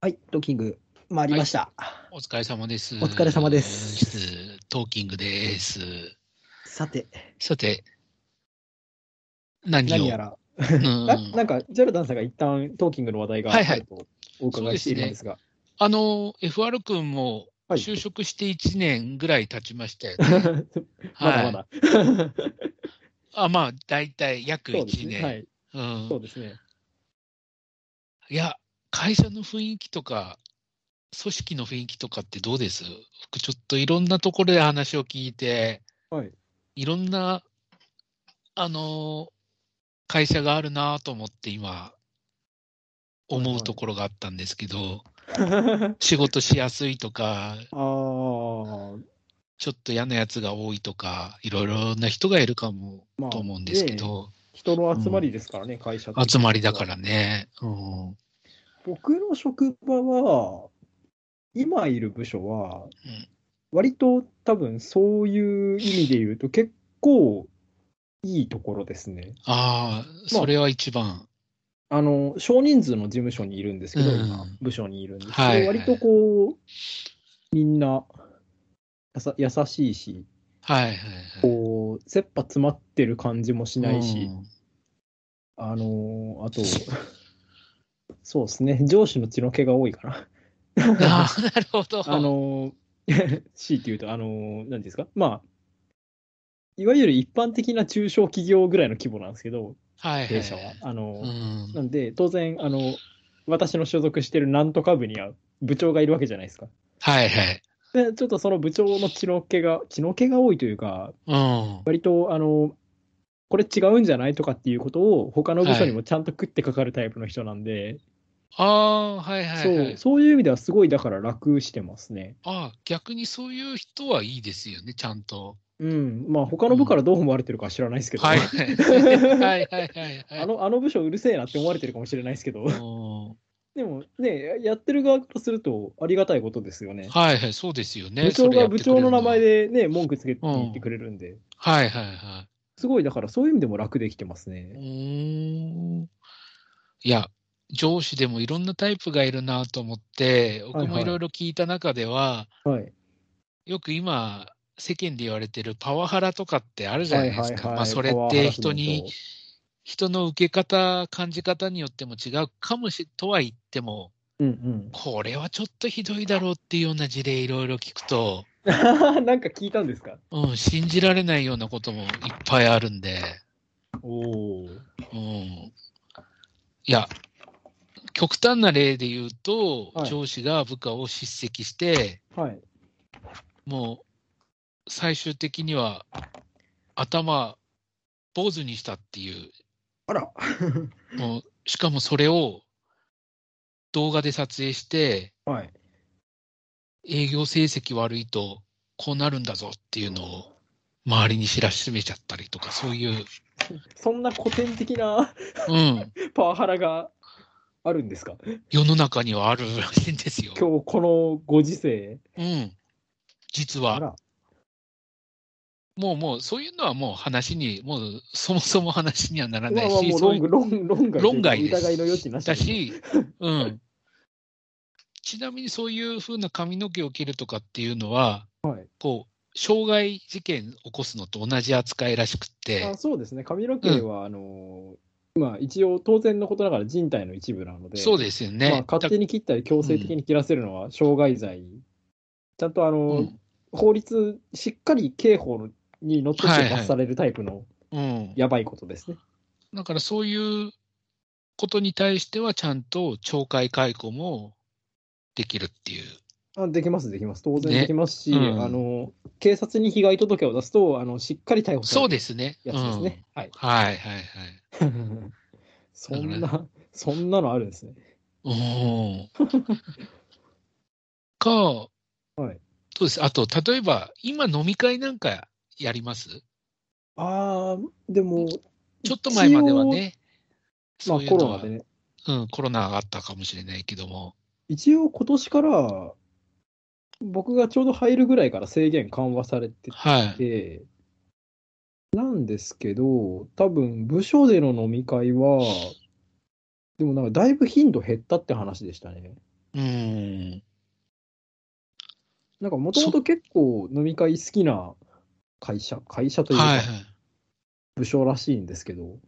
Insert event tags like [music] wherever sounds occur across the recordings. はい、トーキング回りました。お疲れ様です。お疲れ様です。トーキングです。さて、さて、何を何やら、うんななんか、ジョルダンさんが一旦トーキングの話題があはいはいるとお伺いしているんですが、あの、FR 君もはい就職して1年ぐらい経ちましたよね。ま [laughs] だまはい [laughs] だ。あ、まあ、大体約そうです1ね。年。はい、う、そうんですね。 [laughs] いや、会社の雰囲気とか、組織の雰囲気とかってどうです僕ちょっといろんなところで話を聞いて、はい、いろんな、あの、会社があるなと思って今、思うところがあったんですけど、あ仕事しやすいとか、あー、ちょっと嫌なやつが多いとか、いろいろな人がいるかもまあと思うんですけど、人の集まりですからね、会社。集まりだかららね。うん。うん僕の職場は、今いる部署は、割と多分そういう意味で言うと結構いいところですね。ああ、それは一番。あの、少人数の事務所にいるんですけど、うん今、部署にいるんですけど、はいはい割とこう、みんな、やさ優しいし、はいはいはい。こう、切羽詰まってる感じもしないし、うんあのーあと、そうですね、上司の血の毛が多いかな。あ [laughs] あ、なるほど。あのー、強いて言うと、あのー、なんですか、まあ、いわゆる一般的な中小企業ぐらいの規模なんですけど、はいは弊い。社は。あのーうんなんで、当然、あの、私の所属してるなんとか部には部長がいるわけじゃないですか。はいはい。で、ちょっとその部長の血の気が、血の気が多いというか、うん。割と、あの、これ違うんじゃないとかっていうことを、他の部署にもちゃんと食ってかかるタイプの人なんで、ああ、はいはい、はそう、い。そういう意味ではすごいだから楽してますね。ああ、逆にそういう人はいいですよね、ちゃんと。うん。まあ、他の部からどう思われてるかは知らないですけど、はいはいはいはいはい。 [laughs] あの、あの部署うるせえなって思われてるかもしれないですけど、の、でもね、やってる側からするとありがたいことですよね。はいはい、そうですよね。部長それやがって部くれる長の名前は。でね、文句つけて言ってくれるんで、はいはいはい。すごいだからそういう意味でも楽できてますうね。ーん。いや、上司でもいろんなタイプがいるなと思って、僕もいろいろ聞いた中では、はい。よく今、世間で言われてるパワハラとかってあるじゃないですか。まあ、それパっワーハてラスメント人に、人の受け方、感じ方によっても違うかもし、とは言っても、うんうん。これはちょっとひどいだろうっていうような事例いろいろ聞くと、なん [laughs] か聞いたんですかうん、信じられないようなこともいっぱいあるんで、おお。うん。いや、極端な例で言うと、はい上司が部下を叱責して、はい。もう最終的には頭、坊主にしたっていう、あら。もうしかもそれを動画で撮影して、はい。営業成績悪いとこうなるんだぞっていうのを周りに知らしめちゃったりとか、そういう、そんな古典的な [laughs] うん、パワハラがあるんですか世の中にはあるらしいんですよ。今日このご時世。うん。実あは、ら。もうもう、そういうのはもう話に、もうそもそも話にはならまなあいまあし、もうそう論い論う論外。論外です疑いの余地なし。だ。し、うん。ちなみにそういうふうな髪の毛を切るとかっていうのは、はいこう、傷害事件起こすのと同じ扱いらしくってあ、そうですね。髪の毛は、あのーまあ一応当然のことながら人体の一部なので。そうですよね。まあ、勝手に切ったり強制的に切らせるのは傷害罪、ちゃんとあの、うん法律、しっかり刑法にのっとっはいてはい罰されるタイプのうん。やばいことですね。だからそういうことに対しては、ちゃんと懲戒解雇もできるっていう。あできます、できます、当然ねできますし、うんあの警察に被害届を出すとあの、しっかり逮捕さそうれるですね。やつですね。 [laughs] はい、うん。はいはいはい。そんな、そんなのあるんですね。うん。か、はいそうです。あと、例えば、今飲み会なんかやりますああ、でも、ちょっと前まではね、一応、まそうあ、いコうのロはナでね、うん、コロナがあったかもしれないけども、一応今年から、僕がちょうど入るぐらいから制限緩和されてはい。で、なんですけど、多分部署での飲み会は、でもなんかだいぶ頻度減ったって話でしたね。うん。なんかもともと結構飲み会好きな会社、会社というはいかはい。部署らしいんですけど、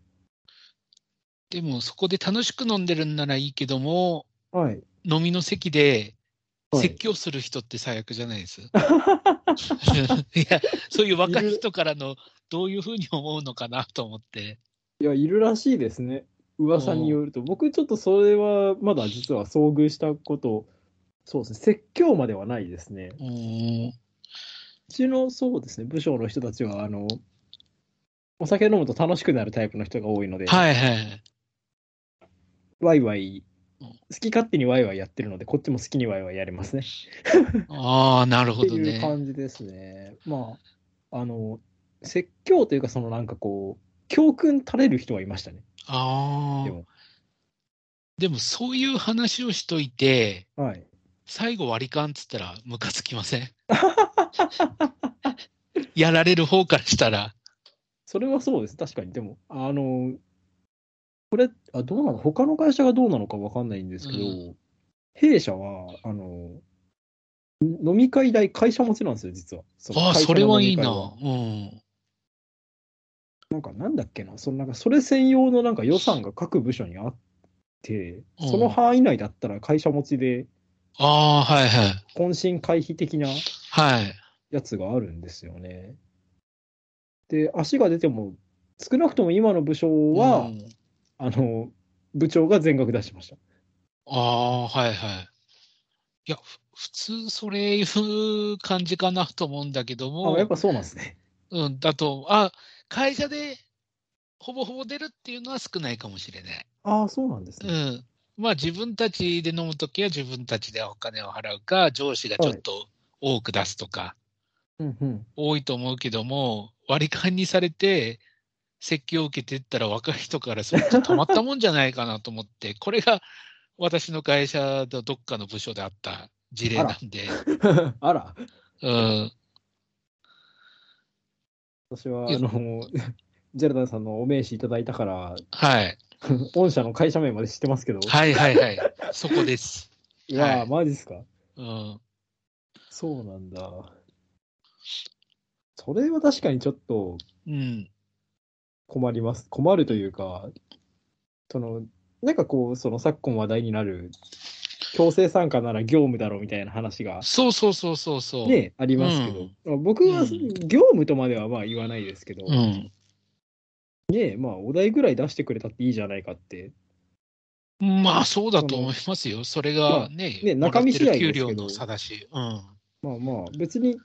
でも、そこで楽しく飲んでるんならいいけども、はい。飲みの席ではい説教する人って最悪じゃないです。いや、そういう若い人からの、どういうふうに思うのかなと思って。いや、いるらしいですね。噂によると。僕ちょっとそれはまだ実は遭遇したこと、そうですね。説教まではないですね。うん。うちのそうですね、部署の人たちは、あの、お酒飲むと楽しくなるタイプの人が多いので、はいはい。ワイワイうん、好き勝手にワイワイやってるので、こっちも好きにワイワイやりますね。ああ、なるっほてどいうね。感じですね。まあ、あの、説教というか、そのなんかこう、教訓垂れる人はいましたね。あであも。でも、そういう話をしといて、はい。最後割り勘っつったらムカつきません [laughs] やられる方からしたら。それはそうです、確かに。でも、あの、これ、あどうなの他の会社がどうなのか分かんないんですけど、う弊社は、あの、飲み会代、会社持ちなんですよ、実は。そのああ、会社そのれ飲みはいい会な。うん。なんか、なんだっけな、そのなんか、それ専用のなんか予算が各部署にあって、うんその範囲内だったら会社持ちで、ああ、はいはい。懇親回避的なはい。やつがあるんですよね。で、足が出ても、少なくとも今の部署は、うんあの、部長が全額出しました。ああ、はいはい。いや、ふ普通それいう感じかなと思うんだけどもあ、やっぱそうなんですね。うん、だと、あ、会社でほぼほぼ出るっていうのは少ないかもしれない。ああ、そうなんですうね。ん。まあ自分たちで飲むときは自分たちでお金を払うか、上司がちょっと多く出すとか、うんうん。多いと思うけども、割り勘にされて、説教を受けてったら若い人からそっとたまったもんじゃないかなと思って、これが私の会社のどっかの部署であった事例なんで、 [laughs] あら、うん、私は、いやあの、ジェルダンさんのお名刺いただいたから、はい、御社の会社名まで知ってますけど、はいはいはい、そこです。いやはー、いマジっすか。うん、そうなんだ。それは確かにちょっとうん、困ります。困るというか、その、なんかこう、その昨今話題になる、強制参加なら業務だろうみたいな話が、そうそうそうそうそう。ね、ありますけど、僕はうん業務とまではまあ言わないですけど、うん、ねまあ、お題ぐらい出してくれたっていいじゃないかって、まあそうだと思いますよ。それまあがね、ねもらっ中て身次る第給ですけど料の差だし、うん、まあまあ、別に、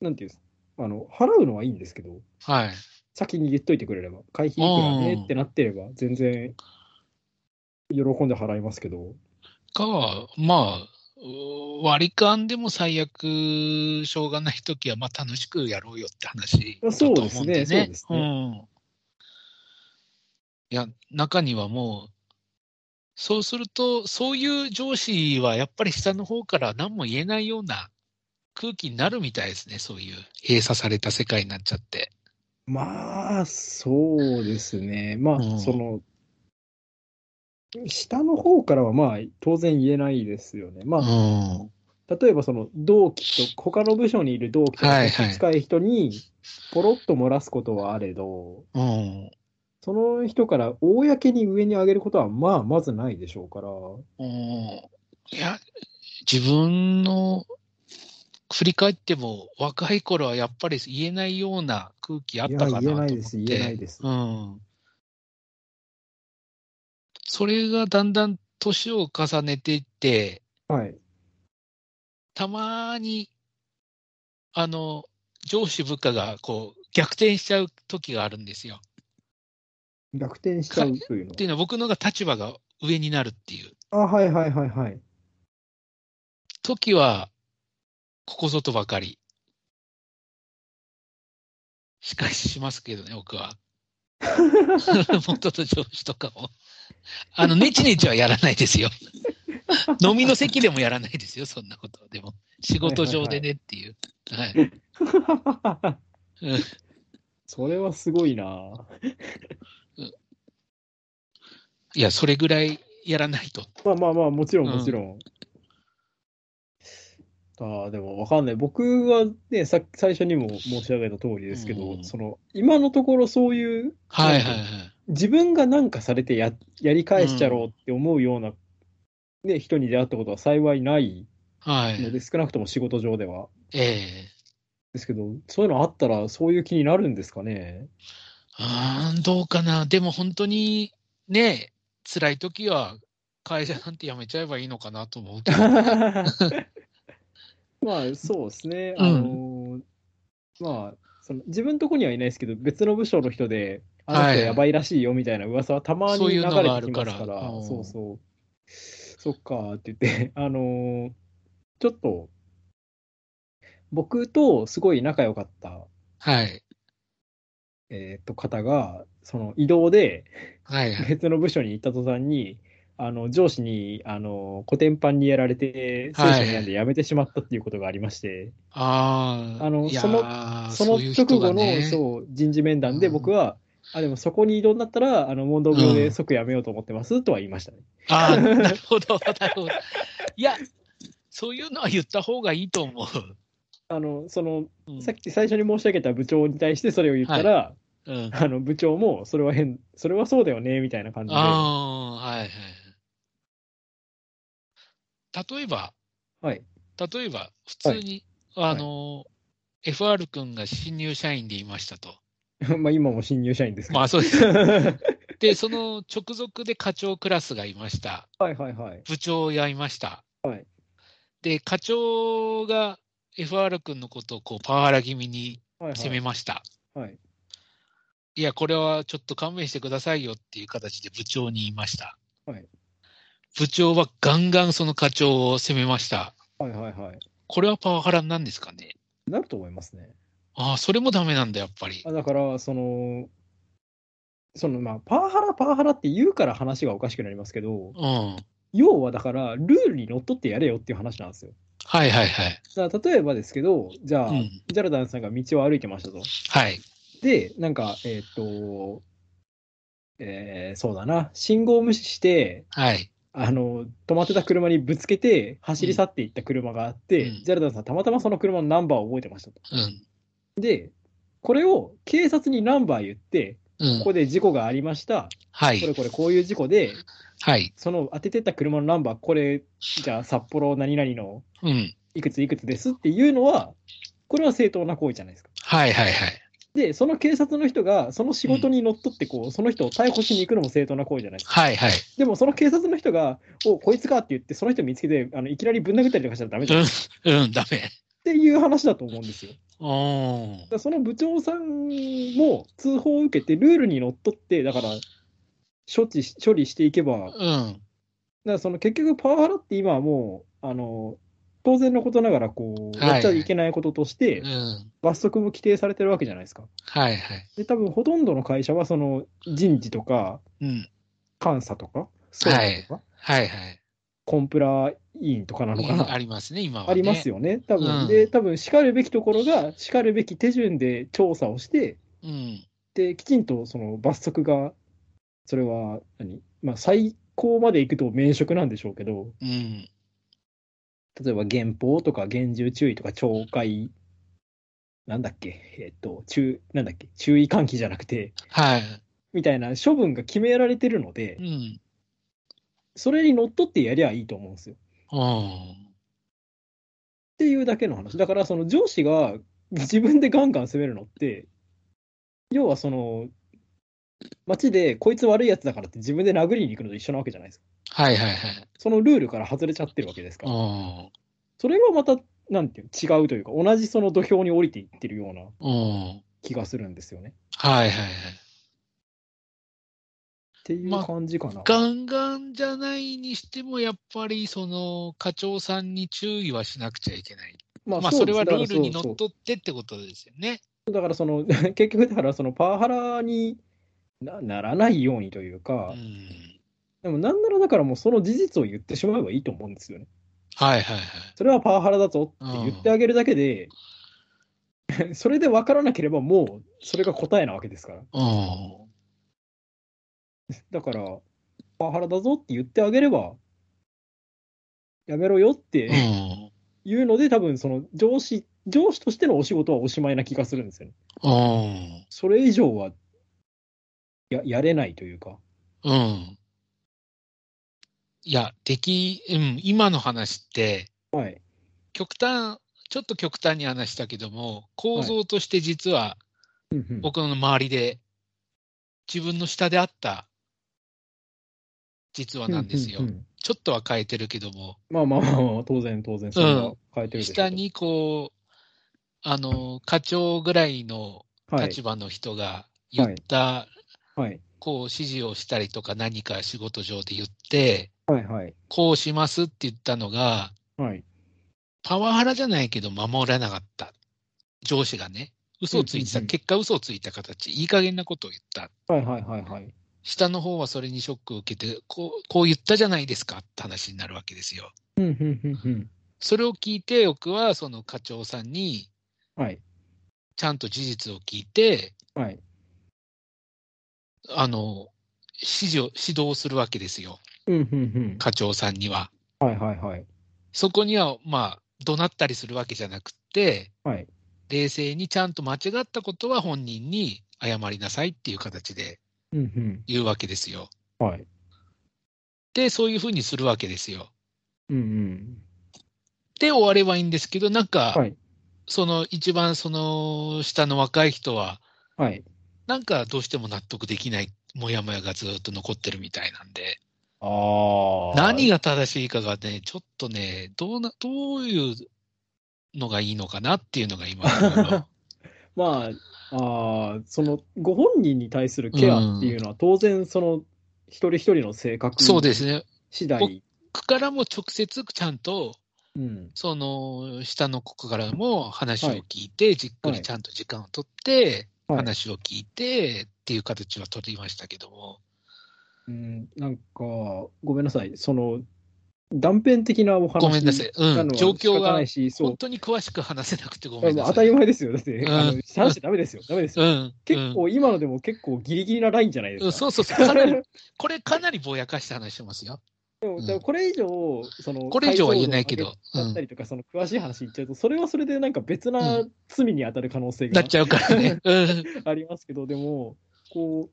なんていうんですあの、払うのはいいんですけど、はい。先に言っといてくれれば、会費いくらねってなってれば、全然、喜んで払いますけど、か、まあ、う割り勘でも最悪、しょうがないときは、まあ楽しくやろうよって話だと思うんでね。そうですねそうですうん。いや、中にはもう、そうすると、そういう上司はやっぱり下の方から何も言えないような空気になるみたいですね、そういう閉鎖された世界になっちゃって。まあ、そうですね。まあ、うんその、下の方からはまあ、当然言えないですよね。まうあ、ん。例えばその同期と、他の部署にいる同期とはいはい近い人に、ポロッと漏らすことはあれど、うん。その人から公に上に上げることはまあまずないでしょうから、うんいや、自分の振り返っても、若い頃はやっぱり言えないような空気あったかなと思って。いや言えないです言えないですうん。それがだんだん年を重ねていって、はい。たまに、あの、上司部下がこう逆転しちゃう時があるんですよ。逆転しちゃうというのっていうのは僕のが立場が上になるっていうは。あ、はいはいはいはい。時は、ここぞとばかり。しかししますけどね、僕は。 [laughs] 元の上司とかも。あの、ネチネチはやらないですよ。飲みの席でもやらないですよ、そんなこと。でも、仕事上でねっていう。はい。うん [laughs] それはすごいな。いや、それぐらいやらないと。まあまあまあ、もちろんうんもちろん。ああ、でもわかんない。僕はね、さ最初にも申し上げた通りですけど、うんその、今のところそういう、はいはいはい。自分が何かされてややり返しちゃろうって思うような、ね、人に出会ったことは幸いないはのい。で、少なくとも仕事上では。ええですけど、そういうのあったら、そういう気になるんですかね。あーどうかな。でも本当に、ね、辛い時は会社なんて辞めちゃえばいいのかなと思う [laughs] けど。まあそうですね、うんあのまあその自分のとこにはいないですけど、別の部署の人で、あのは人いやばいらしいよみたいな噂はたまにそうい流うれてのきがますから、あるからうんそうそう、そっかーって言って、 [laughs] あのちょっと、僕とすごい仲良かった、はい。えー、と方が、その移動ではいはい。 [laughs] 別の部署に行った途端に、あの上司にあのコテンパンにやられて、精はい神病んで辞めてしまったっていうことがありまして。ああ、あのいやそーそのういう直人が後のねそう人事面談でうん僕は、あでもそこに異動になったら、あの問答病うでん即辞めようと思ってますとは言いましたね。ああ、なるほど、なるほど。いや、そういうのは言った方がいいと思あのそのう。うんさっき最初に申し上げた部長に対してそれを言ったら、うん、ああの部長もそれは変、それはそうだよねみたいな感じで、はあ、はいはい。例えば、い、 [laughs] 例えば、普通に、あの、FR 君が新入社員でいましたと。まあ今も新入社員ですけどまあそうです。はで、その直属で課長クラスがいました。い [laughs] はいはい。部長やいました。はいで、課長が FR 君のことをこうパワハラ気味にはい責はいめました。はい、いや、これはちょっと勘弁してくださいよっていう形で部長に言いました。はい部長はガンガンその課長を責めました。はいはいはい。これはパワハラなんですかねなると思いますね。ああ、それもダメなんだ、やっぱり。あだから、その、そのまあ、パワハラ、パワハラって言うから話がおかしくなりますけど、うん。はい要はだから、ルールにのっとってやれよっていう話なんですよ。はいはい。だから例えばですけど、じゃあ、うんジャルダンさんが道を歩いてましたと。はい。で、なんか、えーっと、えーそうだな、信号を無視して、はい。あの止まってた車にぶつけて走り去っていった車があって、うんジャルダンさん、たまたまその車のナンバーを覚えてましたと。うん。で、これを警察にナンバー言って、うこん。こで事故がありました、は [laughs] こい。れこれこういう事故で、はい。その当ててた車のナンバー、これ、じゃあ札幌何々のうん。いくついくつですっていうのは、これは正当な行為じゃないですか。はいはいはい。で、その警察の人が、その仕事にのっとってこう、その人を逮捕しに行くのも正当な行為じゃないですか。はいはい。でも、その警察の人が、おこいつかって言って、その人見つけて、あのいきなりぶん殴ったりとかしたらダメじゃんっうん。うん、ダメ。ていう話だと思うんですよ。だかおーらその部長さんも通報を受けて、ルールにのっとって、だから、処置し、処理していけば、だかうん。らその結局、パワハラって今はもう、あの、当然のことながら、こう、はいやっちゃいけないこととしてう、ん。罰則も規定されてるわけじゃないですか。はいはい。で、多分ほとんどの会社は、その人事とか、うん。監査とか、捜査とか、はいはい。コンプラ委員とかなのかな。ありますね、今は、ね。あります。よね、多分、うんで、多分しかるべきところが、しかるべき手順で調査をして、うん。で、きちんとその罰則が、それは何、まあ、最高まで行くと免職なんでしょうけど、うん。例えば減俸とか厳重注意とか懲戒、なんだっけ、えっと、注なんだっけ注意喚起じゃなくて、はい。みたいな処分が決められてるのでう、ん。それにのっとってやりゃいいと思うんですよ。うん。っていうだけの話。だから、その上司が自分でガンガン責めるのって、要はその、街でこいつ悪いやつだからって自分で殴りに行くのと一緒なわけじゃないですか。はいはいはい。そのルールから外れちゃってるわけですから。うん。それはまた、なんていうの違うというか、同じその土俵に降りていってるようなうん。気がするんですよね。はいはいはい。っていう感じかな。ガンガンじゃないにしても、やっぱり、その、課長さんに注意はしなくちゃいけない。ままあ、うそでれすはルールにだのからそうっとってってことですよね。そうだからその、 [laughs] 結局だからそのパワハラになならないようにといううか、ん。でもなんならだからもうその事実を言ってしまえばいいと思うんですよね。はいはいはい。それはパワハラだぞって言ってあげるだけで、 [laughs] それで分からなければもうそれが答えなわけですから。うん。だから、パワハラだぞって言ってあげれば、やめろよってうん。いうので、多分その上司、上司としてのお仕事はおしまいな気がするんですよね。うん。それ以上はややれないというか。うん。いや、でき、うん、今の話って、はい。極端、ちょっと極端に話したけども、構造として実はうんうん僕の周りで、自分の下であった、実はなんですようう。うんちょっとは変えてるけども、まあまあまあまあ、当然、当然、それは変えてるでしょうけど下、にこう、あの、課長ぐらいのはい立場の人が言った、はい。こう指示をしたりとか何か仕事上で言って、はいはい。こうしますって言ったのが、はい。パワハラじゃないけど守らなかった。上司がね、嘘をついうてんうんうた、ん結果嘘をついた形、いい加減なことを言った。はいはいはいはい。下の方はそれにショックを受けて、こう、こう言ったじゃないですかって話になるわけですよ。うんうんうんうんそれを聞いて、僕はその課長さんに、はい。ちゃんと事実を聞いて、はい。あの、指示を、指導するわけですよ。うんうん課長さんには。うん。はいはいはい。そこには、まあ、怒鳴ったりするわけじゃなくって、はい冷静にちゃんと間違ったことは本人に謝りなさいっていう形でうん言うわけですよ。うん。はい。で、そういうふうにするわけですよ。うんうん。で、終わればいいんですけど、なんか、はいその一番その下の若い人は、はい。なんかどうしても納得できない、もやもやがずっと残ってるみたいなんで。ああ。何が正しいかがね、ちょっとね、どうな、どういうのがいいのかなっていうのが今、 [laughs] まあ、あーそのご本人に対するケアっていうのは、当然、その一人一人の性格そうですね。次第、僕からも直接ちゃんと、うん、その、下の子からも話を聞いて、じっくりちゃんと時間を取って、はい話を聞いてっていう形は取りましたけども。うん、なんか、ごめんなさい、その断片的なお話ごめんなさい。う。なんのは状況仕方がない、し、そ本う、当に詳しく話せなくてごめんなさい。当たり前ですよ、だって、うんあの話しちゃダメですよ、ダメですよ。うん。結構、今のでも結構ギリギリなラインじゃないでうん、すか。そうそうそう。かなり、これかなりぼやかした話してますよ。でも、でもこれ以上、その、これ以上は言えないけど。う解像度を上げちゃんった。りとか、その詳しい話言っちゃうと、それはそれでなんか別な罪に当たる可能性がなっちゃうから [laughs] ね。うん。ありますけど、でも、こう、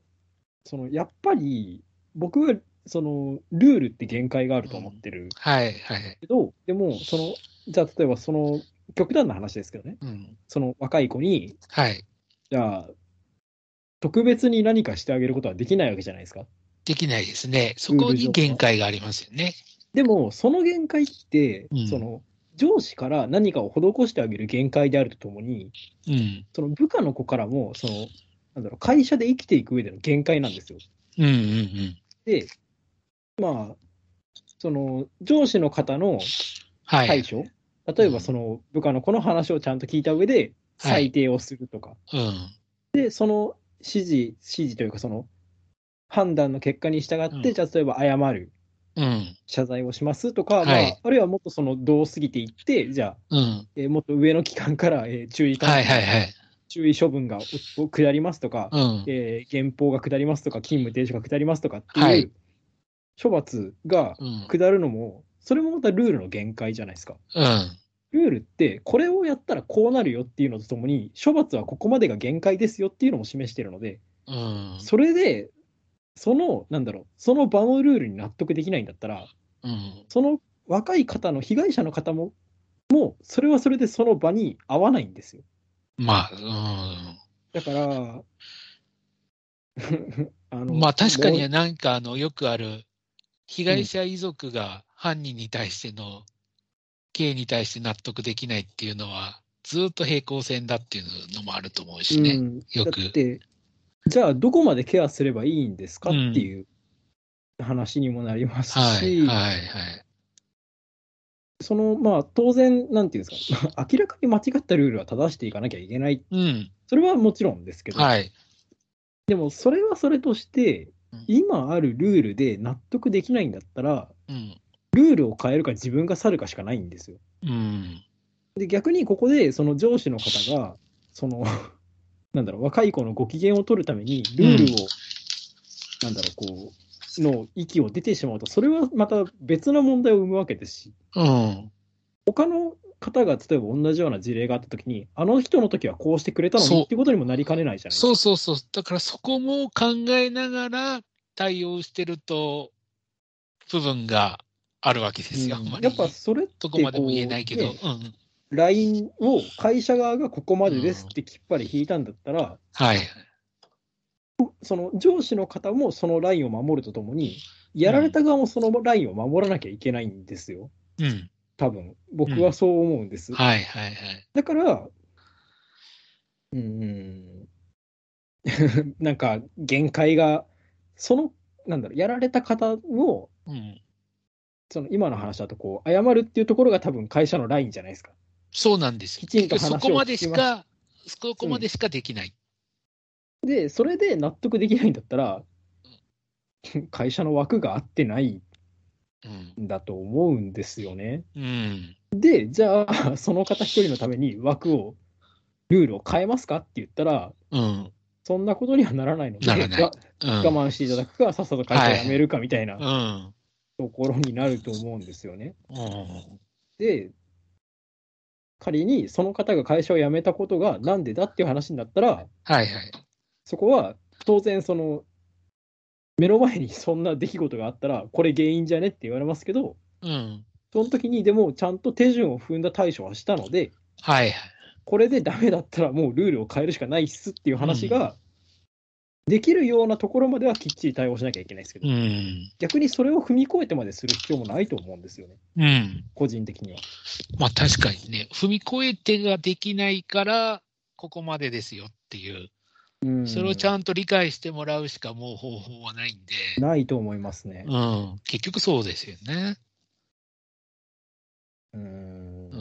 そのやっぱり、僕はそのルールって限界があると思ってるはい、はい。けど、でも、その、じゃあ、例えばその、極端な話ですけどね、うん。その若い子に、はい。じゃあ、特別に何かしてあげることはできないわけじゃないですか。できないですね。そこに限界がありますよね。でも、その限界って、うんその、上司から何かを施してあげる限界であるとともに、うん。その部下の子からも、その、なんだろう、会社で生きていく上での限界なんですよ。うんうんうん。で、まあ、その上司の方のはい。対処、例えばその部下のこの話をちゃんと聞いた上ではい裁定をするとか、うん。で、その指示、指示というか、その判断の結果に従って、うんじゃあ例えば謝る、うん。謝罪をしますとか、はまあい、あるいはもっとその度を過ぎていって、じゃあ、うん。えーもっと上の機関から、えー注意喚起はいはいはい。注意処分がおを下りますとか、うん。えー減俸が下りますとか、勤務停止が下りますとかってはいいう処罰が、うん。下るのも、それもまたルールの限界じゃないですか。うん。ルールって、これをやったらこうなるよっていうのとともに、処罰はここまでが限界ですよっていうのも示しているので、うん。それで、その、なんだろう、その場のルールに納得できないんだったら、うん。その若い方の被害者の方も、もう、それはそれでその場に合わないんですよ。まあ、だから、 [laughs] あうのん。まあ確かもになんかあの、よくある、被害者遺族が犯人に対しての、刑に対して納得できないっていうのは、ずっと平行線だっていうのもあると思うしうね。ん、よくだって、じゃあ、どこまでケアすればいいんですかっていう話にもなりますはし、いはいはい。その、まあ、当然、なんていうんですか、 [laughs] 明らかに間違ったルールは正していかなきゃいけない、うん。それはもちろんですけど、はい。でも、それはそれとしてうん、今あるルールで納得できないんだったら、うん。ルールを変えるか自分が去るかしかないんですよ。うん。で、逆にここで、その上司の方が、その、 [laughs] なんだろう、若い子のご機嫌を取るために、ルールを、なんだろう、こう、の域を出てしまうと、それはまた別の問題を生むわけですし、うん。他の方が例えば同じような事例があったときに、あの人の時はこうしてくれたのそうにっていうことにもなりかねないじゃないですか。そうそうそう。だからそこも考えながら対応してると、部分があるわけですよ。うんあんまりやっぱそれってどこまでも言えないけど。こうねうん。 LINE を会社側がここまでですってきっぱり引いたんだったら、はい。その上司の方もそのラインを守るとともに、やられた側もそのラインを守らなきゃいけないんですよ、うん。多分僕はそう思うんです。はいはいはい。だから、うんうん、 [laughs] なんか限界が、その、なんだろう、やられた方を、うん。その今の話だとこう、謝るっていうところが多分会社のラインじゃないですか。そうなんですよ。きちんと結話を局聞きますそこまでしか、そこまでしかできない。で、それで納得できないんだったら、会社の枠が合ってないうん。んだと思うんですよね。 [laughs] うん。で、じゃあ、その方一人のために枠を、ルールを変えますかって言ったら、うん。そんなことにはならないので、ならないがうん。我慢していただくか、さっさと会社を辞めるかみたいなうん。ところになると思うんですよね。うん。で、仮にその方が会社を辞めたことがなんでだっていう話になったら、はいはい。そこは当然、その、目の前にそんな出来事があったら、これ原因じゃねって言われますけど、うん。その時にでもちゃんと手順を踏んだ対処はしたので、はいはい。これでダメだったらもうルールを変えるしかないっすっていう話が、できるようなところまではきっちり対応しなきゃいけないですけど、うん。逆にそれを踏み越えてまでする必要もないと思うんですよね、うん。個人的には。まあ確かにね、踏み越えてができないから、ここまでですよっていう、それをちゃと。んと理解してもらうしかもう方法はないんで、ないと思いますね。うん、結局そうですよね。ううんん、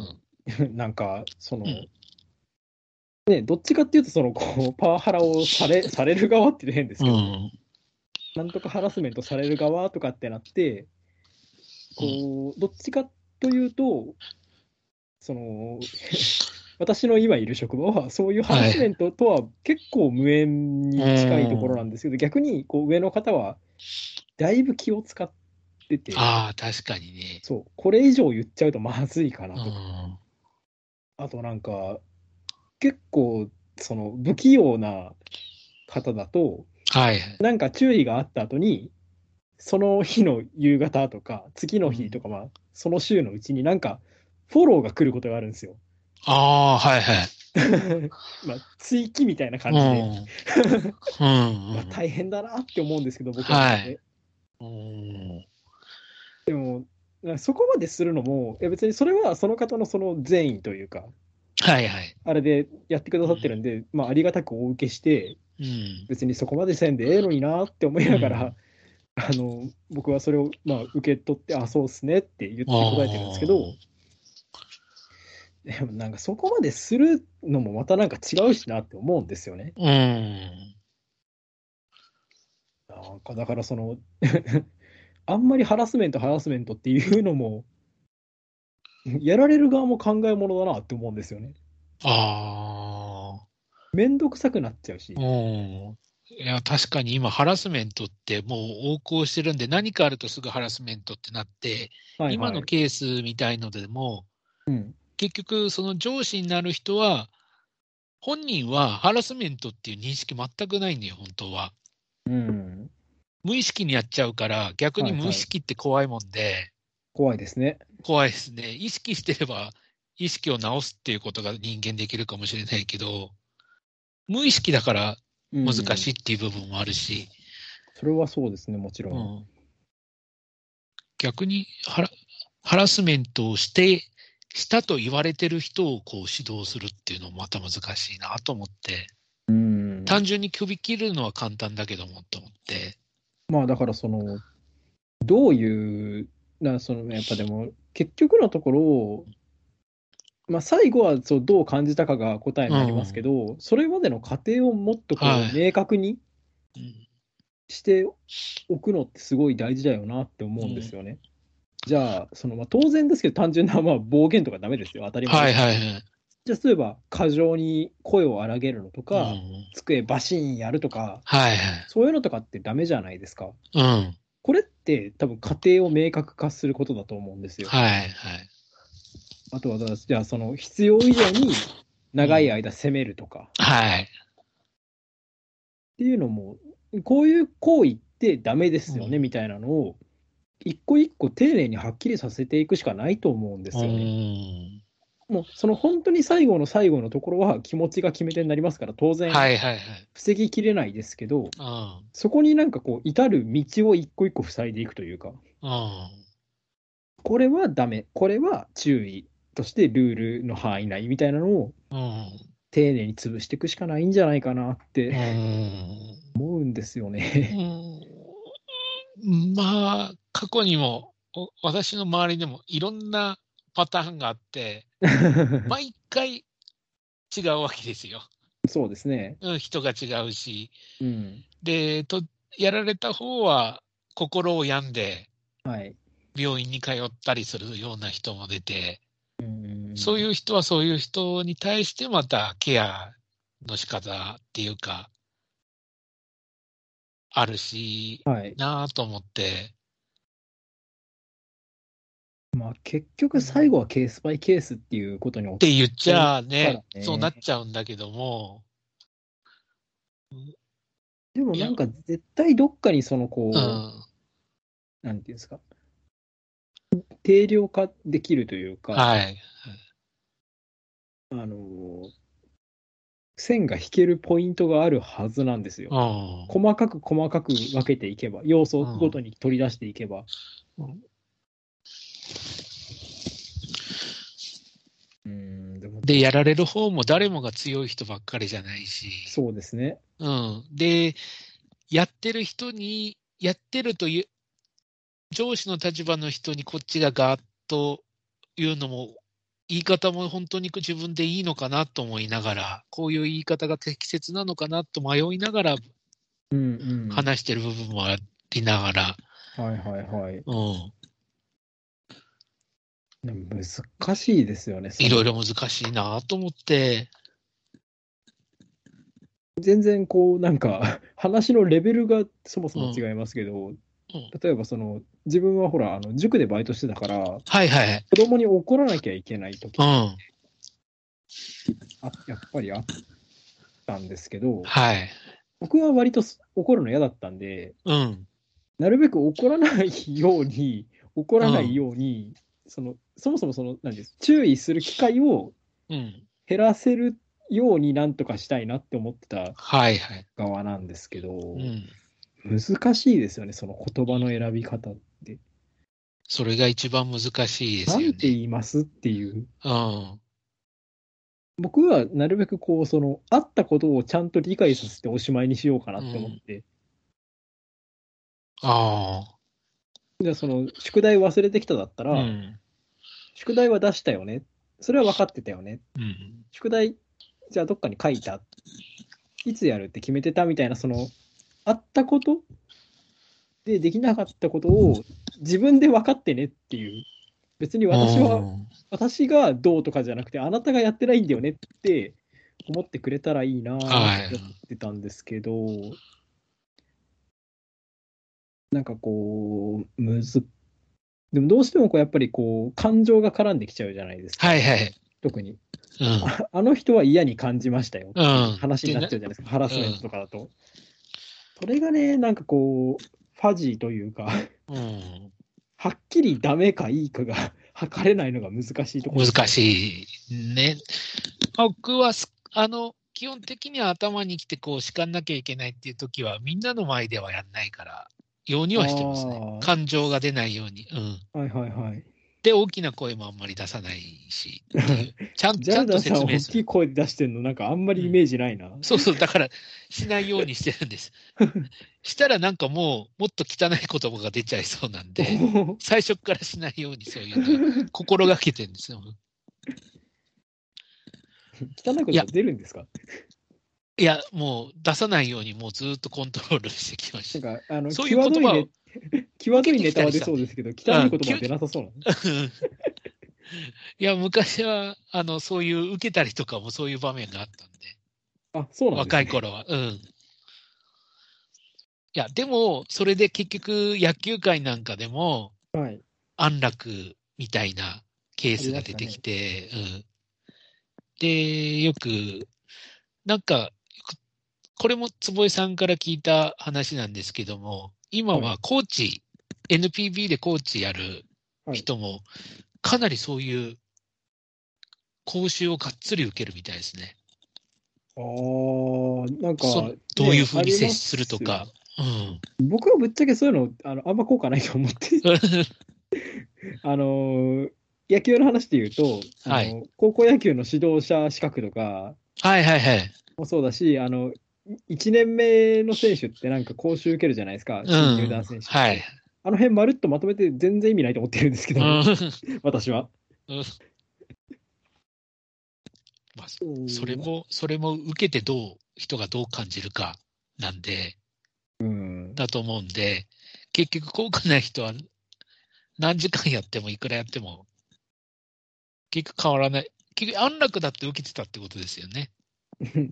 なん [laughs] か、その、うんね、どっちかっていうと、その、こう、パワハラをされ、される側って言うと変ですうけど、ん、なんとかハラスメントされる側とかってなって、こう、どっちかというと、その、 [laughs] 私の今いる職場は、そういうハラスメントとは結構無縁に近いところなんですけど、逆にこう上の方は、だいぶ気を使ってて、ああ、確かにね。そう、これ以上言っちゃうとまずいかうなとか、ん、あとなんか、結構、その不器用な方だと、はい。なんか注意があった後に、その日の夕方とか、次の日とか、まあ、その週のうちになんか、フォローが来ることがあるんですよ。ああ、はいはい。まあ、追記みたいなう感んじで、。うんまあ、大変だなって思うんですけど、僕はは、いうん。そこまでするのも、いや別にそれはその方のその善意というか、はいはい。あれでやってくださってるんで、まあ、ありがたくお受けして、うん。別にそこまでせんでええのになって思いながら、うあの僕はそれをまあ受け取って、あ、そうっすねって言って答えてるんですけど、でもなんかそこまでするのもまたなんか違うしなって思うんですよね。あーうん。なんかだからその [laughs] あんまりハラスメントハラスメントっていうのもやられる側も考えものだなって思うんですよね。ああ。めんどくさくなっちゃうし。うん。いや、確かに今、ハラスメントってもう横行してるんで、何かあるとすぐハラスメントってなって、はいはい今のケースみたいのでも、うん結局、その上司になる人は、本人はハラスメントっていう認識全くないんだよ、本当は。うん、無意識にやっちゃうから、逆はいにはい無意識って怖いもんで、怖いですね。怖いですね。意識してれば、意識を直すっていうことが人間できるかもしれないけど、無意識だから難難しいっていう部分もあるし、それはそうですね、もちろ。うんん逆にハラハラスメントをして、したと言われてる人をこう指導するっていうのもまた難しいなと思って、うん単純に首切るのは簡単だけどもと思って、まあだからその、どういう、なそのやっぱでも、結局のところ、まあ、最後はそうどう感じたかが答えになりますけど、それまでの過程をもっとこはうい明確にうんしておくのってすごい大事だよなって思うんですよね。じゃあ、そのまあ当然ですけど、単純なまあ暴言とかダメですよ、当たり前。はいはいはい。じゃあ、例えば、過剰に声を荒げるのとか、うん机バシーンやるとか、はいはい。そういうのとかってダメじゃないですか。うん。これって多分家庭を明確化することだと思うんですよ。はい、はい。あとはだから、じゃあその必要以上に長い間攻めるとかっはい。ていうのも、こういう行為ってダメですよねうみたいなのを、一個一個丁寧にはっきりさせていくしかないと思うんですよね。もうその本当に最後の最後のところは気持ちが決め手になりますから、当うー然んはい、はい、はい。防ぎきれないですけど、うん。そこになんかこう至る道を一個一個塞いでいくというか、うん。これはダメ、これは注意としてルールの範囲内みたいなのをうん。丁寧に潰していくしかないんじゃないかなってうん思うんですよ [laughs] ね。うんまあ、過去にも、お私の周りでもいろんなパターンがあって、毎回違うわけですよ。そうですね。うん、人が違うし。うん。で、と、やられた方は心を病んで、はい。病院に通ったりするような人も出て、そうういう人はそういう人に対してまたケアの仕方っていうか、あるし、ん。はい。なぁと思って、まあ結局最後はケースバイケースっていうことにっ落ちて言っちゃあそうだね、ねそうなっちゃうんだけども、でもなんか絶対どっかにそのこうう、ん、なんていうんですか、定量化できるというか、はい、あのー線が引けるポイントがあるはずなんですよ。うん、細かく細かく分けていけば、要素ごとに取り出していけば、うんうーん、でも、で、やられる方も誰もが強い人ばっかりじゃないし、そうですね。うん、で、やってる人に、やってるという、上司の立場の人にこっちがガーッと言うのも、言い方も本当に自分でいいのかなと思いながら、こういう言い方が適切なのかなと迷いながらうんうん。はい話してる部分もありながら、はいはい。うん、でも難しいですよね。いろいろ。ろ難しいなと思って、全然こう、なんか、 [laughs] 話のレベルがそもそも違いますけど、例えばその、自分はほら、あの塾でバイトしてたから、子はいはい。供に怒らなきゃいけない時うん。あやっぱりあったんですけど、はい。僕は割とす怒るの嫌だったんで、うん。なるべく怒らないように、 [laughs] 怒らないように、そのそもそもその何です注意する機会をうん。減らせるようになんとかしたいなって思ってたはいはい。側なんですけど、うん。難しいですよね、その言葉の選び方って。それが一番難しいですなよん。ねて言いますっていう。うん。僕はなるべくこう、その、あったことをちゃんと理解させておしまいにしようかなって思って、あじゃあその、宿題忘れてきただったあ。ら、うん。宿題は出したよね。それは分かってたよね。うん。宿題、じゃあどっかに書いた。いつやるって決めてたみたいな、その、あったことで、できなかったことを自分で分かってねっていう。別に私うは、ん私がどうとかじゃなくて、あなたがやってないんだよねって思ってくれたらいいなってはい思ってたんですけど、なんかこう、むず、でもどうしてもこうやっぱりこう、感情が絡んできちゃうじゃないですか。はいはい。特に。うん。 [laughs] あの人は嫌に感じましたよ。うん話になっちゃうじゃないですか、ハラスメントとかだと。それがね、なんかこう、ファジーというか、 [laughs] うん。はっきりダメかいいかが測れないのが難しいところ。難しい。ね。僕はす、あの、基本的には頭にきてこう叱んなきゃいけないっていう時は、みんなの前ではやんないから、ようにはしてますねあ。ー感情が出ないように。うん。はいはいはい。で、大きな声もあんまり出さないし、っていう [laughs] ちゃんジちャゃルんとダさん説を明大すきいる。声で出してるの、なんかあんまりイメージないな。そうそう、だから、しないようにしてるん [laughs] です。したらなんかもう、もっと汚い言葉が出ちゃいそうなんで、最初からしないようにそういうのを心がけてるんですよ。汚いこと出るんですかいや、もう出さないように、もうずっとコントロールしてきましなんか、あの、そういう言葉を際どいね、際どいネタは出そうですけど、汚い言葉は出なさそうなの。た。いや、昔は、あの、そういう受けたりとかもそういう場面があったんで、あ、そうなんですね若い頃は。うん。いや、でも、それで結局、野球界なんかでも、はい。安楽みたいなケースが出てきて、うん。で、よく、なんか、これも坪井さんから聞いた話なんですけども、今はコーチ、NPB でコーチやる人も、かなりそういう講習をがっつり受けるみたいですね。ああ、なんか、そうどういうふうに接ねするとか。うん。僕はぶっちゃけそういうの、あの、あんま効果ないと思っ [laughs] て、あのー野球の話で言うと、あのはい高校野球の指導者資格とかはいはいはい。もそうだし、あの、1年目の選手ってなんか講習受けるじゃないですか、新入団選手。はい。あの辺まるっとまとめて全然意味ないと思ってるんですけうど、ん私は。まあそれも、それも受けてどう、人がどう感じるかなんで、うん。 [laughs] だと思うんで、結局効果ない人は何時間やってもいくらやっても、結局変わらない。結局安楽だって受けてたってことですよね。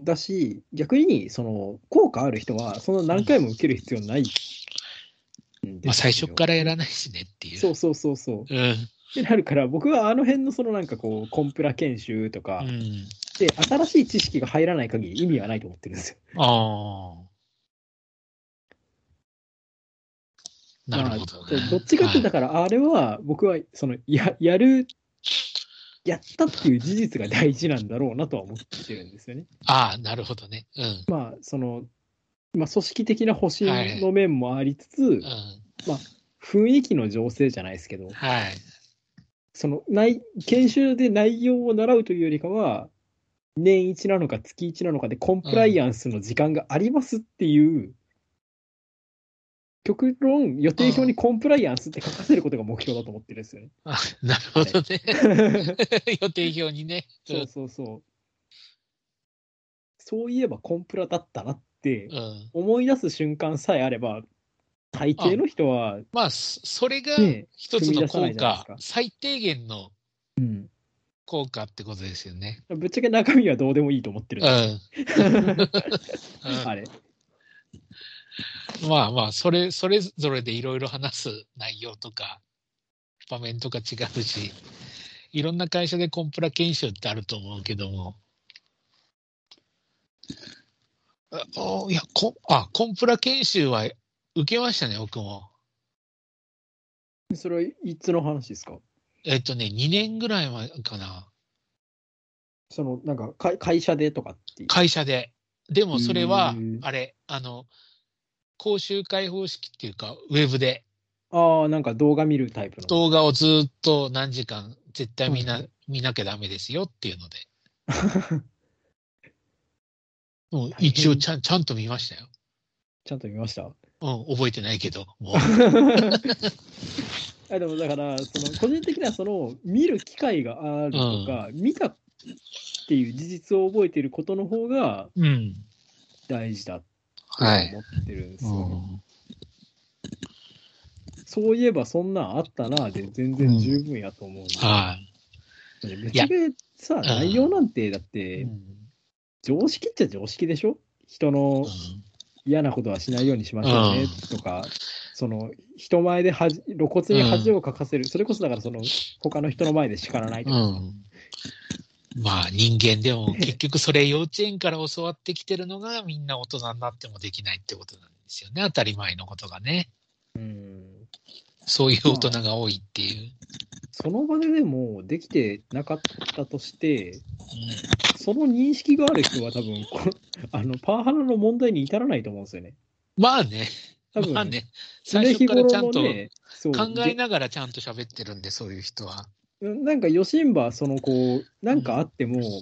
だし、逆に、その、効果ある人は、そんな何回も受ける必要ないんですよ。まあ最初からやらないしねっていう。そうそうそうそう。っうん。てなるから、僕はあの辺のそのなんかこう、コンプラ研修とかう、ん。で、新しい知識が入らない限り意味はないと思ってるんですよ。ああ。なるほどまねあ。どっちかっていうと、だはいから、あれは、僕は、その、や、やる、やったっていう事実が大事なんだろうなとは思ってるんですよね。ああ、なるほどね。うん。まあ、その、まあ、組織的な保身の面もありつつ、うん。雰囲気の醸成じゃないですけど、はい。その内研修で内容を習うというよりかは、年一なのか月一なのかでコンプライアンスの時間がありますっていう、極論予定表にコンプライアンスって書かせることが目標だと思ってるんですよね。あなるほどね。 [laughs] 予定表にね。うそうそうそう。そういえばコンプラだったなってん。思い出す瞬間さえあれば、大抵の人は、まあ、そそれがね一つ踏みの出さな効いじゃないですか、果最低限のうん、効果ってことですよね。ぶっちゃけ中身はどうでもいいと思ってうるん。んでう [laughs] んす。あれ。まあまあ、それ、それぞれでいろいろ話す内容とか、場面とか違うし、いろんな会社でコンプラ研修ってあると思うけども。あおいや、こ、あ、コンプラ研修は受けましたね、僕も。それはいつの話ですかえっとね、2年ぐらい前かな。そのなんか会会社でとかっていう。会社で。でもそれはへー、あれ、あの、講習会方式っていうか、ウェブでああ、なんか動画見るタイプの。動画をずっと何時間絶対見な、うん見なきゃダメですよっていうので。 [laughs] うん、一応ちゃん、ちゃんと見ましたよ。ちゃんと見ました。うん、覚えてないけど、もう。あでもだから、その個人的にはその見る機会があるとか、見たっていう事実を覚えていることの方がうん。大事だとは思い。ってるんですうよ。ん、そういえばそんなんあったなで全然十分やと思うんで。はい。ぶっちゃけさ、ん内容なんてだっうてん常識っちゃ常識でしょ人の嫌なことはしないようにしましょうねとか、その人前で恥露骨に恥をかかせる、それこそだからその他の人の前で叱らないとうか、ん。まあ人間でも結局それ幼稚園から教わってきてるのがみんな大人になってもできないってことなんですよね。当たり前のことがね。うんそういう大人が多いっていう。その場ででもできてなかったとして、その認識がある人は多分 [laughs] こあのパワハラの問題に至らないと思うんですよね。まあね、多分、まあね、常最初日か頃らのちゃんとね、そう考えでながらちゃんと喋ってるんで、そういう人は。なんか、ヨシンバ、その、こう、なんかあっても、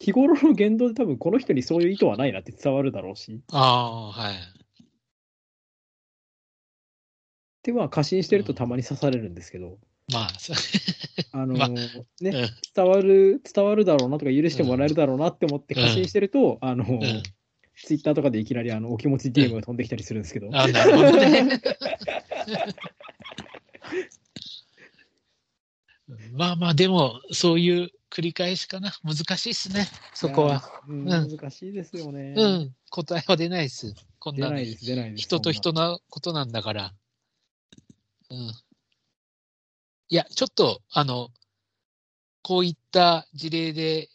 日頃の言動で多分この人にそういう意図はないなって伝わるだろうし、ああー、はい。では過信してるとたまに刺されるんですけど、まあ、そうあのまあね、伝わる、伝わるだろうなとか、許してもらえるだろうなって思って過信してると、あの、うん。ツイッターとかでいきなり、あの、お気持ち DM が飛んできたりするんですけ [laughs] ど、あなるほどね。 [laughs] まあまあ、でも、そういう繰り返しかな。難しいっすね、そこは。いやー。うん難しいですよね。うん、答えは出ないっす。こん出なないです、出ないです。人と人の。のことなんだから。うん。いや、ちょっと、あの、こういった事例で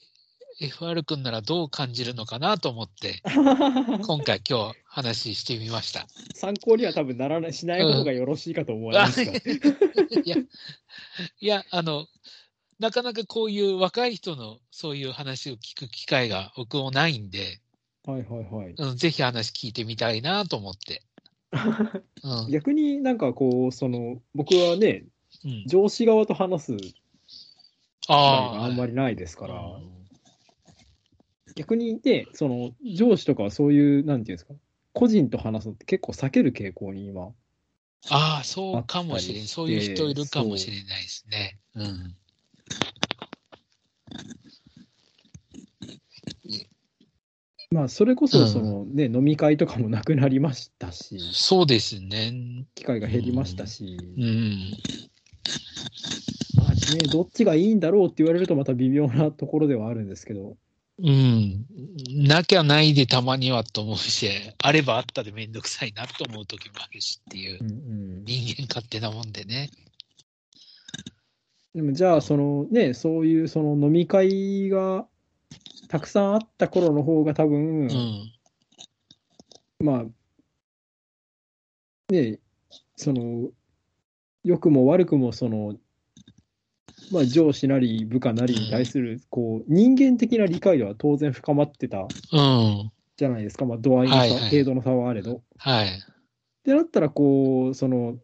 FR 君ならどう感じるのかなと [laughs] 思って、今回今日話してみました。参考には多分ならない、しない方がよろしいかと思いますが。いや、いや、あの、なかなかこういう若い人のそういう話を聞く機会が僕もないんで、はいはいはい。うん、ぜひ話聞いてみたいなと思って。うん、逆になんかこう、その、僕はね、うん、上司側と話す機会があああんまりないですか、から逆にね、その、上司とかはそういう、なんていうんですか、個人と話すのって結構避ける傾向に今、ああ、そうかもしれあったりん。してそういう人いるかもしれないですね。うん。まあ、それこそ、そのね、飲み会とかもなくなりましたし、そうですね。機会が減りましたし、うん。まあね、どっちがいいんだろうって言われるとまた微妙なところではあるんですけど、うん。なきゃないでたまにはと思うし、あればあったでめんどくさいなと思う時もあるしっていうう。んうん、で人間勝手なもんでね。もじゃあ、そのね、そういうその飲み会がたくさんあった頃の方が多分、うん。まあ、ね、その、良くも悪くも、その、まあ、上司なり部下なりに対する、こう、人間的な理解度は当然深まってたうん。じゃないですか、まあ、度合いの差、はいはい程度の差はあれど。はい。ってなったら、こう、その、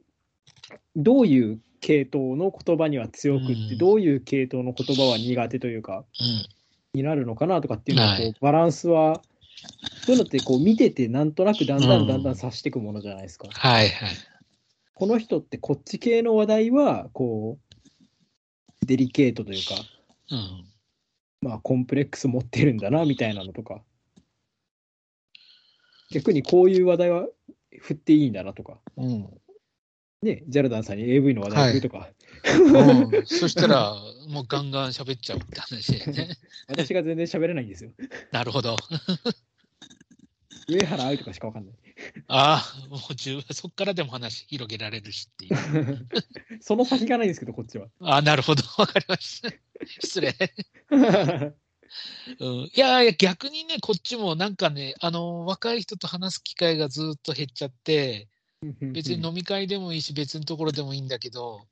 どういう系統の言葉には強くって、うんどういう系統の言葉は苦手というか、うん。になるのかなとかっていうのは、こはう、バランスは、そういうのって、こう、見てて、なんとなくだんだうんんだんだん察していくものじゃないですか。はいはい。この人ってこっち系の話題は、こう、デリケートというか、うん。まあ、コンプレックス持ってるんだな、みたいなのとか。逆にこういう話題は振っていいんだなとか。うん。ね、ジャルダンさんに AV の話題振るとか、うん、そしたら、もうガンガン喋っちゃうって話でね。私が全然喋れないんですよ。なるほど。上原愛とかしかわかんない。ああ、もう十分、そっからでも話広げられるしっていう。その先がないんですけど、こっちは。ああ、なるほど。 [laughs] わかりました。失礼。うん、いやいや、逆にね、こっちもなんかね、あの、若い人と話す機会がずっと減っちゃって、別に飲み会でもいいし、別のところでもいいんだけど、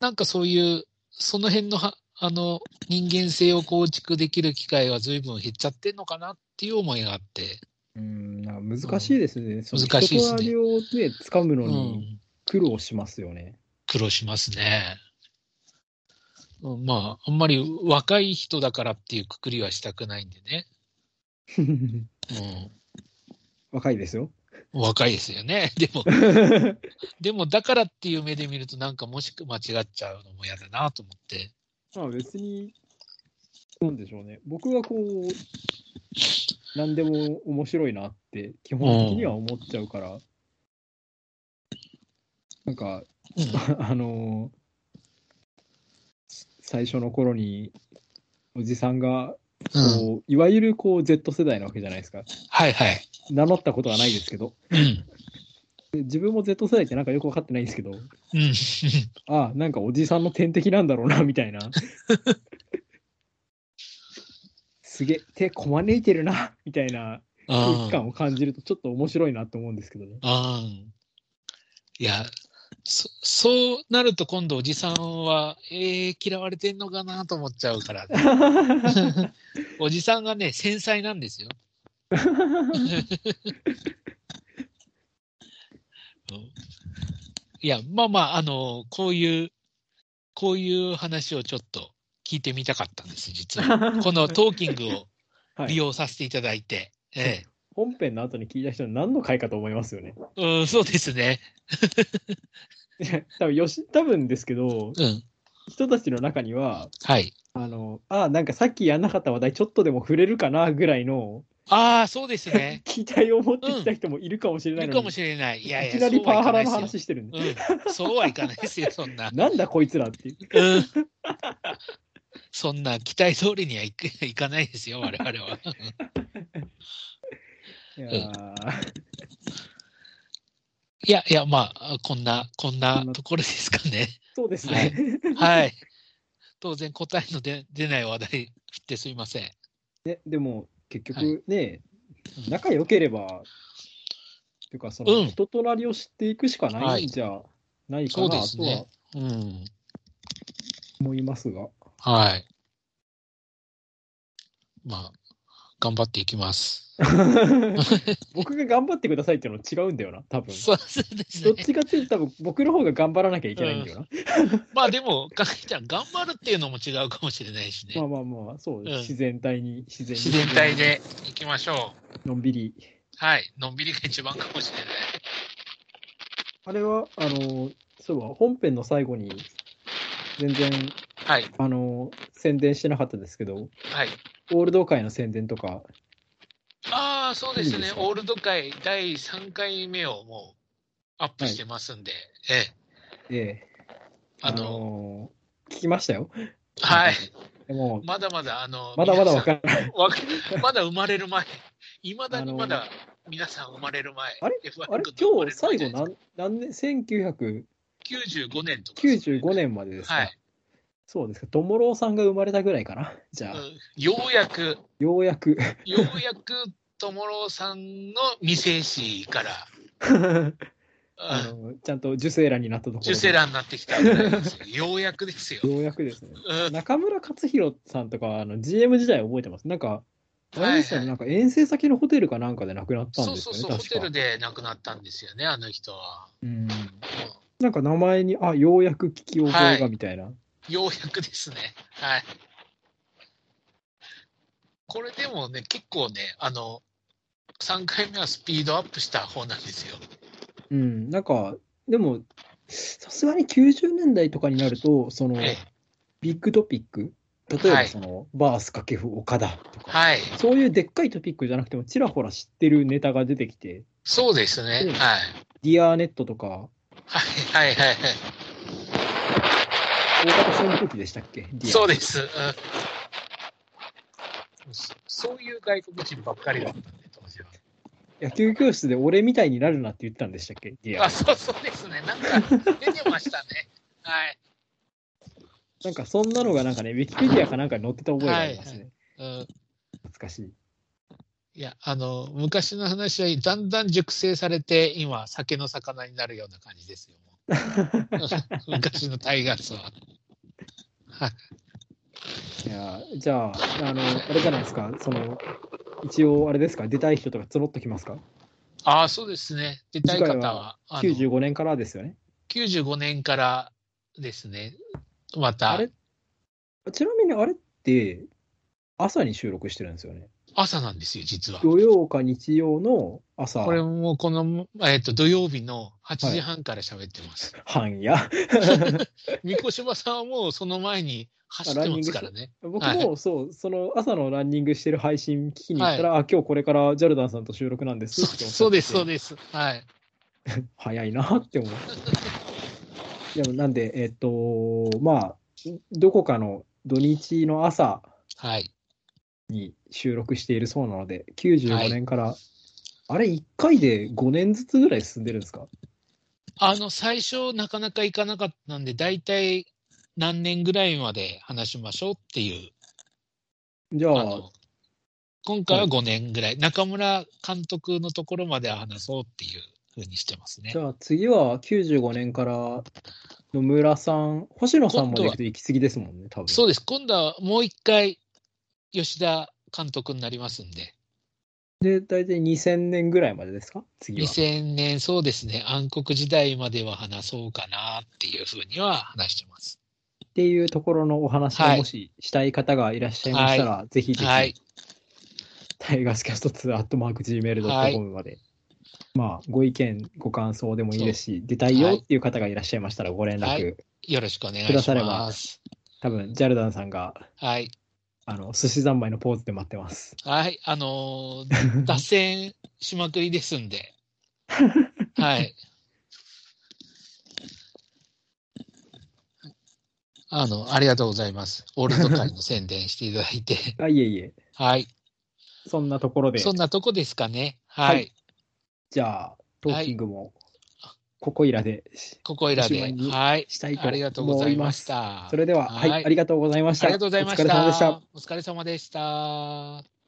なんかそういう、その辺のは、あの、人間性を構築できる機会は随分減っちゃってんのかなっていう思いがあって。うん、なんか難しいですね。その難しいです人とねなりをね、掴むうのにん。苦労しますよね。 [laughs] 苦労しますね。うんまあ、あんまり若い人だからっていうくくりはしたくないんでね。若いですよ。うん、若いですよね。 [laughs] でも、でもだからっていう目で見ると、なんかもしく間違っちゃうのも嫌だなと思って。まあ別に、なんでしょうね。僕はこう、何でも面白いなって基本的には思っちゃうから、なんか、あの最初の頃に、おじさんが、うんこう、いわゆるこう Z 世代なわけじゃないですか。はいはい。名乗ったことはないですけど、うん。で自分も Z 世代ってなんかよくわかってないんですけど、うん。ああ、なんかおじさんの天敵なんだろうな、みたい [laughs] な。すげえ、手こまねいてるな、みたいな空気あ感を感じると、ちょっと面白いなと思うんですけ [laughs] どね。あ。いや、そそうなると今度おじさんは、えー、嫌われてんのかなと思っちゃうから、 [laughs] おじさんがね、繊細なんですよ。うんいや、まあまあ、あの、こういう、こういう話をちょっと聞いてみたかったんです、実は。 [laughs] このトーキングを [laughs] はい利用させていただいて。え本編の後に聞いた人は何の回かと思いますよね。 [laughs] え。うん、そうですね。多分よし、多分ですけど、うん。人たちの中には、はい。あの、ああ、なんかさっきやんなかった話題、ちょっとでも触れるかな、ぐらいのああ、そうですね。期待を持ってきた人もいるかもしれ [laughs] いないるのかに、もしれない。いやいいや、きなりパワハラのそうはいかないです話してるね。よ。うん、そうはいかないですよ、そんな。なんだこいつらっていう。 [laughs] うん。そんな期待通りにはいくいかないですよ、我々は。いやーいやいや、まあ、こんな、こんなところですかね。そうですね。はい。当然答えの出出ない話題振ってすいません。 [laughs] ねでも、結局ね、仲良ければ、というか、そうんの人となりを知っていくしかないんじゃないかなとそうですねはうん。思います [laughs] が、はい。まあ、頑張っていきます。僕が頑張ってくださいっていうのは違うんだよな、多分そうですどっね。ちかっていうと、多分僕の方が頑張らなきゃいけないんだよな。まあでも、かけちゃん、頑張るっていうのも違うかもしれないしね。まあまあまあ、そう、ん自然体に、自然に自然体。でいきましょう。のんびり。はい。のんびりが一番かもしれない。あれは、あの、そういえば本編の最後に、全然、はい。あの、宣伝してなかったですけど、はい。オールド会の宣伝とか、ああ、そうですいいでねす。かオールド会第3回目をもうアップしてますんで。ええ。ええ、ああの、の、聞きましたよ。はい。でも、まだまだ、あの、まだまだ皆さんわからない。わかまだ生まれる前、いまだにまあだ皆さん生まれる前、あれ F1 あれ、今日最後何、何年、1995 95年とか、年までですか。はい、そうですか。トモローさんが生まれたぐらいかな。じゃあ、うんようやく、ようや [laughs] く。ようやく、ともろうさんの未成子から、あうんのちゃんと受精卵になったところで受精卵になってきたぐらいですよ。 [laughs] ようやくですよ。ようやくですね。うん中村克弘さんとかはあの GM 時代覚えてます。なんか、はいはいあれですよねなんか遠征先のホテルかなんかで亡くなったんそうですそようね、そう、ホ確テかルで亡くなったんですよね、あの人は。うん。うなんか名前に、あ、ようやく聞き覚えがみたいな。んようやくですね。はい。これでもね、結構ね、あの、3回目はスピードアップした方なんですよ。うん。なんか、でも、さすがに90年代とかになると、その、ええビッグトピック、例えはばいその、バース掛布岡田とか、はい。そういうでっかいトピックじゃなくても、ちらほら知ってるネタが出てきて、そうですうね。んはい。ディアーネットとか、はいはいはいは大型扇風機でしたっけい。そうでです。うん、そそういう外国人ばっかりだったんで、当時は。野球教室で俺みたいになるなって言ってたんでしたっけいやあ、そうそうですね。なんか出てました [laughs] ね。はい。なんかそんなのがなんかね、ウィキペディアかなんかに載ってた覚えがありますね。はいうん懐かしい。いや、あの、昔の話はだんだん熟成されて、今、酒の魚になるような感じです [laughs] よ。もう昔のタイガー [laughs] スは。いやーじゃあ、あの、あれじゃないですか、その、一応あれですか、出たい人とか募ってきますかああ、そうですね。出たい方次回は、あの ?95 年からですよね。 95年からですね。また。あれちなみにあれって、朝に収録してるんですよね。朝なんですよ、実は。土曜か日曜の朝、これもこの、えっと土曜日の8時半から喋ってます。 [laughs] 半夜。三越柴さんはもうその前に走ってますからね。僕はもそう、その朝のランニングしてる配信聞きに行ったら、あ、今日これからジャルダンさんと収録なんですそっうて思ってそうです、そうです。はい。早いなって思う。でもなんで、えっ、と、まあ、どこかの土日の朝はい。に収録しているそうなので、95はい年から、あれ、1回で5年ずつぐらい進んでるんですかあの、最初なかなか行かなかったんで、大体何年ぐらいまで話しましょうっていう。じゃああ、の今回は5年ぐらい、中村監督のところまでは話そうっていうふうにしてますねじ。ゃあ次は95年から野村さん、星野さんまで行くと行き過ぎですもんね、多分。そうです。今度はもう一回、吉田監督になりますんで。で、大体2000年ぐらいまでですか次は。 2000年、そうですね、暗黒時代までは話そうかなっていうふうには話してます。っていうところのお話をはいもししたい方がいらっしゃいましたら、ぜひぜひ、はいタイガースキャスト2アットマーク Gmail.com まで、まあ、ご意見、ご感想でもいいですし、出たいよっていう方がいらっしゃいましたらご連絡、はいよろしくお願いくだしされまばす。多分ジャルダンさんがはい。あの、寿司三昧のポーズで待ってます。はい、あの [laughs] ー脱線しまくりですんで。はい。あの、ありがとうございます。オールド会の宣伝していただいて。 [laughs] あ、いえいえ。はい。そんなところで、そんなとこですかね。はい。はいじゃあ、トーキングも、ここいらでしここいらで。おしまいにはい。したいとあ思いりまがす。とうございました。それでは、はいはい、ありがとうございました。ありがとうございました。お疲れ様でした。お疲れ様でした。